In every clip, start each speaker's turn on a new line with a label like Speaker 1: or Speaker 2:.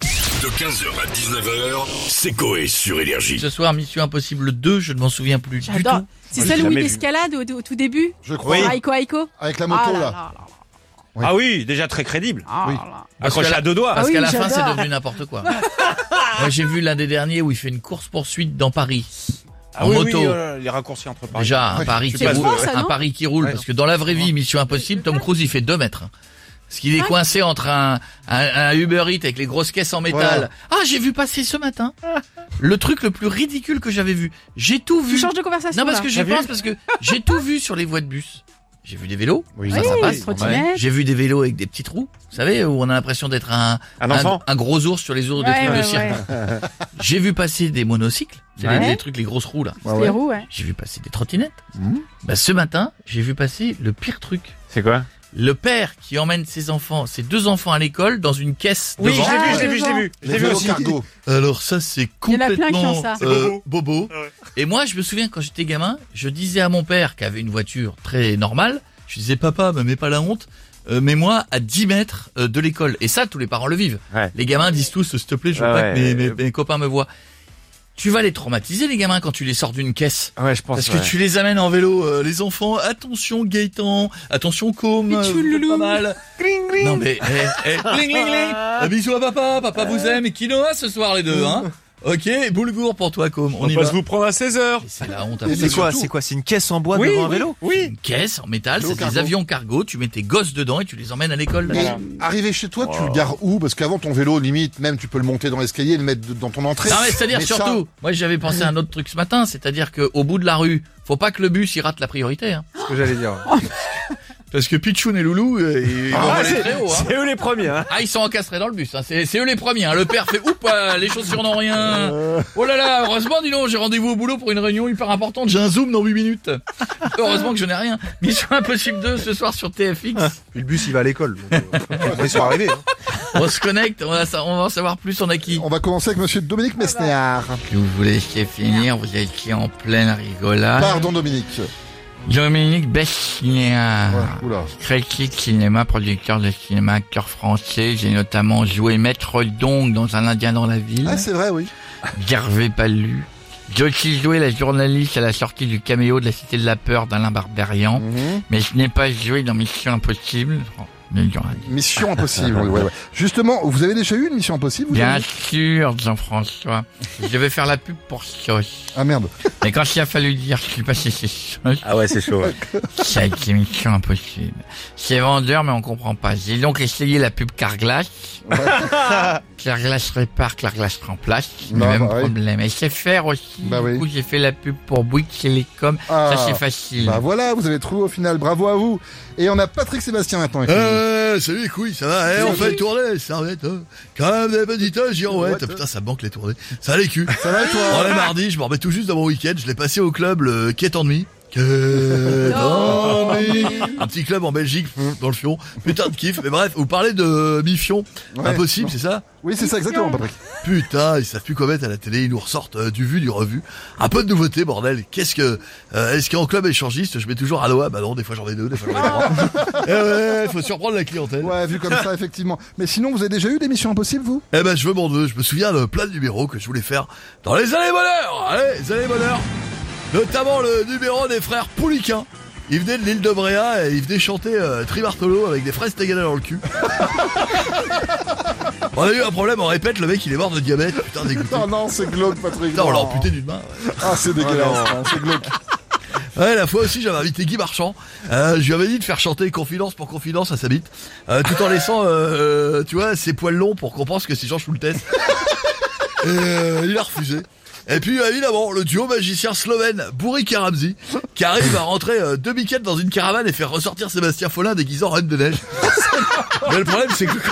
Speaker 1: De 15h à 19h, c'est Coé sur Énergie.
Speaker 2: Ce soir, Mission Impossible 2, je ne m'en souviens plus du
Speaker 3: J'adore.
Speaker 2: tout.
Speaker 3: C'est
Speaker 4: Moi,
Speaker 3: celle
Speaker 4: j'ai
Speaker 3: où il
Speaker 4: jamais vu.
Speaker 3: escalade au, au tout début
Speaker 5: Je crois.
Speaker 4: Oui.
Speaker 3: Aiko Aiko
Speaker 5: Avec la moto,
Speaker 3: Ah
Speaker 5: là. Oui.
Speaker 4: Ah oui, déjà très crédible.
Speaker 3: ah
Speaker 5: Oui.
Speaker 3: là.
Speaker 2: Parce
Speaker 4: Accroché
Speaker 2: que là-
Speaker 4: à deux doigts.
Speaker 2: Parce
Speaker 3: Ah oui,
Speaker 2: qu'à la fin, c'est
Speaker 3: j'adore.
Speaker 2: devenu n'importe quoi. Moi, j'ai vu l'un des derniers où il fait une course-poursuite dans Paris.
Speaker 4: Ah
Speaker 2: en
Speaker 4: oui,
Speaker 2: moto.
Speaker 4: oui, oh là là, les raccourcis entre pages.
Speaker 2: Déjà, un
Speaker 5: Ouais,
Speaker 2: Paris
Speaker 4: tu
Speaker 2: qui
Speaker 4: passes
Speaker 2: roule.
Speaker 4: de-
Speaker 3: C'est français,
Speaker 2: Un
Speaker 3: non
Speaker 2: Paris qui roule.
Speaker 4: Ouais.
Speaker 2: Parce que dans la vraie vie, Mission Impossible, Tom Cruise, il fait 2 mètres. Parce qu'il
Speaker 3: Ah.
Speaker 2: est coincé entre un, un, un Uber Eats avec les grosses caisses en métal. Ah, j'ai vu passer ce matin le truc le plus ridicule que j'avais vu. J'ai tout
Speaker 3: Tu
Speaker 2: vu.
Speaker 3: changes de conversation
Speaker 2: Non, parce
Speaker 3: là.
Speaker 2: que j'y
Speaker 4: T'as vu
Speaker 2: pense, parce que j'ai tout vu sur les voies de bus. J'ai vu des vélos.
Speaker 5: Oui.
Speaker 2: Ça, ça
Speaker 3: Oui,
Speaker 2: passe.
Speaker 3: trottinette.
Speaker 2: Ouais. J'ai vu des vélos avec des petits trous, vous savez, où on a l'impression d'être un,
Speaker 4: Un enfant
Speaker 2: un gros ours sur les ours de
Speaker 3: Ouais,
Speaker 2: trucs de
Speaker 3: ouais,
Speaker 2: cirque.
Speaker 3: ouais.
Speaker 2: J'ai vu passer des monocycles, c'est les-
Speaker 3: Ouais.
Speaker 2: les trucs, les grosses roues là.
Speaker 5: Ah ouais.
Speaker 3: Les roues, ouais.
Speaker 2: J'ai vu passer des trottinettes.
Speaker 5: Mmh.
Speaker 2: Bah, ce matin, j'ai vu passer le pire truc.
Speaker 4: C'est quoi
Speaker 2: Le père qui emmène ses enfants, ses deux enfants à l'école dans une caisse
Speaker 4: Oui,
Speaker 2: devant.
Speaker 4: je l'ai vu,
Speaker 3: Ah,
Speaker 4: je l'ai vu, je l'ai vu. Je
Speaker 5: Les
Speaker 4: l'ai vu
Speaker 5: vélos
Speaker 4: aussi.
Speaker 5: cargo.
Speaker 2: Alors ça c'est
Speaker 3: Il y en a plein qui ont
Speaker 2: complètement
Speaker 3: ça. C'est
Speaker 2: euh, bobo.
Speaker 4: bobo. Ah ouais.
Speaker 2: Et moi je me souviens quand j'étais gamin, je disais à mon père qui avait une voiture très normale, je disais papa me mets pas la honte, euh, mets-moi à 10 mètres euh, de l'école. Et ça tous les parents le vivent.
Speaker 4: Ouais.
Speaker 2: Les gamins disent tous s'il te plaît je veux
Speaker 4: Ah
Speaker 2: pas que
Speaker 4: ouais.
Speaker 2: mes, mes- mes copains me voient. Tu vas les traumatiser les gamins quand tu les sors d'une caisse.
Speaker 4: Ouais, je pense.
Speaker 2: Parce que tu les amènes en vélo, euh, les enfants. Attention Gaëtan, attention Com, euh,
Speaker 3: Pichou,
Speaker 2: vous êtes
Speaker 3: loulou.
Speaker 2: pas mal. Non mais, eh, eh, gling, gling, gling. Un bisou à papa, papa vous aime et quinoa ce soir les deux, hein. Ok, boulgour pour toi Com, on,
Speaker 4: On
Speaker 2: y
Speaker 4: va
Speaker 2: va.
Speaker 4: se vous prendre à 16h.
Speaker 2: Et C'est la honte. hein,
Speaker 5: Et
Speaker 2: absolue.
Speaker 6: C'est quoi C'est quoi C'est une caisse en bois
Speaker 4: Oui,
Speaker 6: devant un
Speaker 4: oui.
Speaker 6: vélo
Speaker 4: Oui.
Speaker 2: Une caisse en métal,
Speaker 5: Vélo
Speaker 2: c'est des
Speaker 5: cargo.
Speaker 2: avions cargo. Tu mets tes gosses dedans et tu les emmènes à l'école.
Speaker 5: Mais arrivé chez toi,
Speaker 2: Oh.
Speaker 5: tu le gares où Parce qu'avant ton vélo, limite, même tu peux le monter dans l'escalier et le mettre de- dans ton entrée.
Speaker 2: Non mais c'est-à-dire
Speaker 5: Mais ça,
Speaker 2: surtout, moi j'avais pensé à un autre truc ce matin, c'est-à-dire qu'au bout de la rue, faut pas que le bus y rate la priorité. Hein.
Speaker 4: C'est ce que j'allais dire.
Speaker 2: Parce que Pichoun et Loulou, euh, ils vont voler
Speaker 4: c'est
Speaker 2: très haut. Hein.
Speaker 4: c'est eux les premiers. hein.
Speaker 2: Ah, ils sont encastrés dans le bus, hein. c'est c'est eux les premiers. hein. Le père fait oup, euh, les chaussures n'ont rien. Oh là là, heureusement, dis donc, j'ai rendez-vous au boulot pour une réunion hyper importante, j'ai un zoom dans 8 minutes. heureusement que je n'ai rien. Mission Impossible 2 ce soir sur TFX.
Speaker 6: Puis le bus il va à l'école.
Speaker 4: euh,
Speaker 6: Ils sont arrivés.
Speaker 4: hein.
Speaker 2: On se connecte, on va, sa- on va en savoir plus, on a qui
Speaker 5: On va commencer avec monsieur Dominique Mesnéard.
Speaker 2: Vous voulez finir, vous étiez en pleine rigolade.
Speaker 5: Pardon Dominique.
Speaker 2: Dominique Bessinéa.
Speaker 5: Ouais, Oula.
Speaker 2: Critique cinéma, producteur de cinéma, acteur français. J'ai notamment joué Maître Dong dans Un Indien dans la ville.
Speaker 5: Ah c'est vrai oui.
Speaker 2: Gervais Palu. J'ai aussi joué la journaliste à la sortie du caméo de la Cité de la Peur d'Alain Barbarian.
Speaker 5: Mhm.
Speaker 2: Mais je n'ai pas joué dans Mission Impossible. Oh, le journaliste.
Speaker 5: Mission impossible. ouais, ouais. Justement, vous avez déjà eu une mission impossible vous,
Speaker 2: Bien
Speaker 5: Dominique
Speaker 2: sûr, Jean-François. Je vais faire la pub pour Sauce.
Speaker 5: Ah merde.
Speaker 2: Mais quand il a fallu dire je suis passé chez Sauce,
Speaker 4: Ah ouais, c'est chaud.
Speaker 2: ça a été Mission Impossible. C'est vendeur, mais on comprend pas. J'ai donc essayé la pub Carglass. Carglass répare, Carglass remplace. Le
Speaker 5: Non,
Speaker 2: même
Speaker 5: bah oui.
Speaker 2: problème. Et c'est faire aussi.
Speaker 5: Bah
Speaker 2: du
Speaker 5: oui.
Speaker 2: coup, j'ai fait la pub pour Bouygues Télécom.
Speaker 5: Ah.
Speaker 2: Ça, c'est facile.
Speaker 5: Bah voilà, vous avez trouvé au final. Bravo à vous. Et on a Patrick Sébastien maintenant. avec nous.
Speaker 7: Euh, salut les couilles, ça va eh, On fait le tourner, les serviettes, hein. quand même des petites euh, girouettes. Putain, ça manque les tournées. Ça les culs.
Speaker 5: Ça va et toi
Speaker 7: On est mardi, je m'en remets tout juste dans mon week-end, je l'ai passé au club le Quai d'ennui. Quai d'ennui. Un petit club en Belgique, dans le Fion. Putain de kiff. Mais bref, vous parlez de Mifion.
Speaker 5: Ouais.
Speaker 7: Impossible, c'est ça
Speaker 5: Oui c'est ça exactement Patrick.
Speaker 7: Putain, ils savent plus quoi mettre à la télé, ils nous ressortent euh, du vu, du revu. Un peu de nouveauté, bordel. Qu'est-ce que, euh, est-ce qu'en club échangiste, je mets toujours Aloha Bah non, des fois j'en ai deux, des fois j'en ai trois. eh ouais, faut surprendre la clientèle.
Speaker 5: Ouais vu comme ça effectivement. Mais sinon vous avez déjà eu des missions impossibles vous
Speaker 7: Eh ben, je veux mon neveu. Je me souviens de plein de numéros que je voulais faire dans les années bonheur. Allez, les années bonheur. Notamment le numéro des frères Pouliquin. Ils venaient de l'île de Bréa et ils venaient chanter euh, Tribartolo avec des fraises tagada dans le cul. on a eu un problème, on répète, le mec il est mort de diabète. Putain, dégoûté.
Speaker 5: Oh non c'est glauque Patrick.
Speaker 7: Putain, on l'a
Speaker 5: Non.
Speaker 7: amputé d'une main.
Speaker 5: Ah c'est dégueulasse. hein, c'est glauque.
Speaker 7: Ouais, la fois aussi, j'avais invité Guy Marchand. Euh, je lui avais dit de faire chanter Confidence pour Confidence à sa bite, euh, tout en laissant, euh, euh, tu vois, ses poils longs pour qu'on pense que c'est Jean Schultes. Et, euh, il a refusé. Et puis, évidemment, le duo magicien slovène Bourri Ramzi qui arrive à rentrer euh, deux biquettes dans une caravane et faire ressortir Sébastien Follin déguisé en Reine de Neige. Mais le problème, c'est que... le co-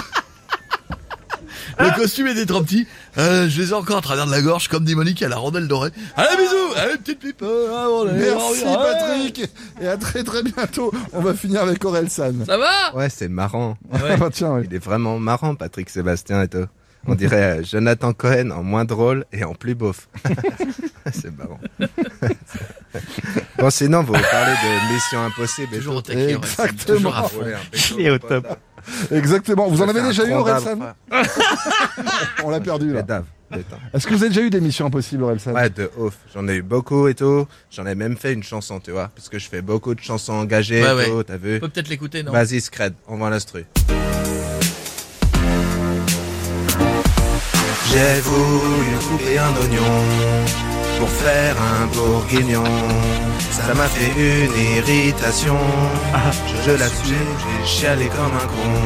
Speaker 7: Le costume était trop petit. Euh, je les ai encore à travers de la gorge, comme dit Monique à la rondelle dorée. Allez, bisous! Allez, petite pipe! euh, ah, bon, allez, au
Speaker 5: Merci
Speaker 7: revoir.
Speaker 5: Patrick et à très très bientôt. On va finir avec Aurel San.
Speaker 2: Ça va
Speaker 8: Ouais, c'est marrant.
Speaker 5: Ah bah tiens, ouais.
Speaker 8: Il est vraiment marrant, Patrick Sébastien et tout. On dirait euh, Jonathan Cohen en moins drôle et en plus beauf. c'est marrant. bon, sinon, vous parlez de Mission Impossible et
Speaker 2: Toujours au
Speaker 8: tout.
Speaker 2: taquet, ouais.
Speaker 5: Exactement.
Speaker 2: Toujours à fond.
Speaker 8: Ouais, impeccable.
Speaker 4: Il est au top.
Speaker 5: Exactement. Vous en
Speaker 8: Ça,
Speaker 5: avez
Speaker 8: c'est un
Speaker 5: déjà eu,
Speaker 8: trondave,
Speaker 5: Orelsan
Speaker 8: frère.
Speaker 5: On l'a perdu, là.
Speaker 8: Les daves, les daves.
Speaker 5: Est-ce que vous avez déjà eu des missions impossibles, Orelsan
Speaker 8: Ouais, de ouf. J'en ai eu beaucoup et tout. J'en ai même fait une chanson, tu vois. Parce que je fais beaucoup de chansons engagées
Speaker 2: Ouais, ouais.
Speaker 8: et tout, t'as vu
Speaker 2: On peut peut-être l'écouter,
Speaker 5: Bah,
Speaker 2: non
Speaker 8: Vas-y, Scred, on voit l'instru. J'ai voulu couper un oignon pour faire un bourguignon. Ça m'a fait une irritation. Je, je l'assume, j'ai chialé comme un con.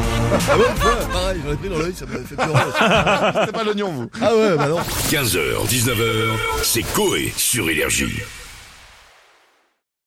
Speaker 7: Ah ouais, ouais, pareil, j'en ai pris dans l'œil, ça m'a fait peur.
Speaker 5: C'est pas l'oignon, vous.
Speaker 7: Ah ouais, bah non.
Speaker 1: 15h, 19h, c'est Coé sur Énergie.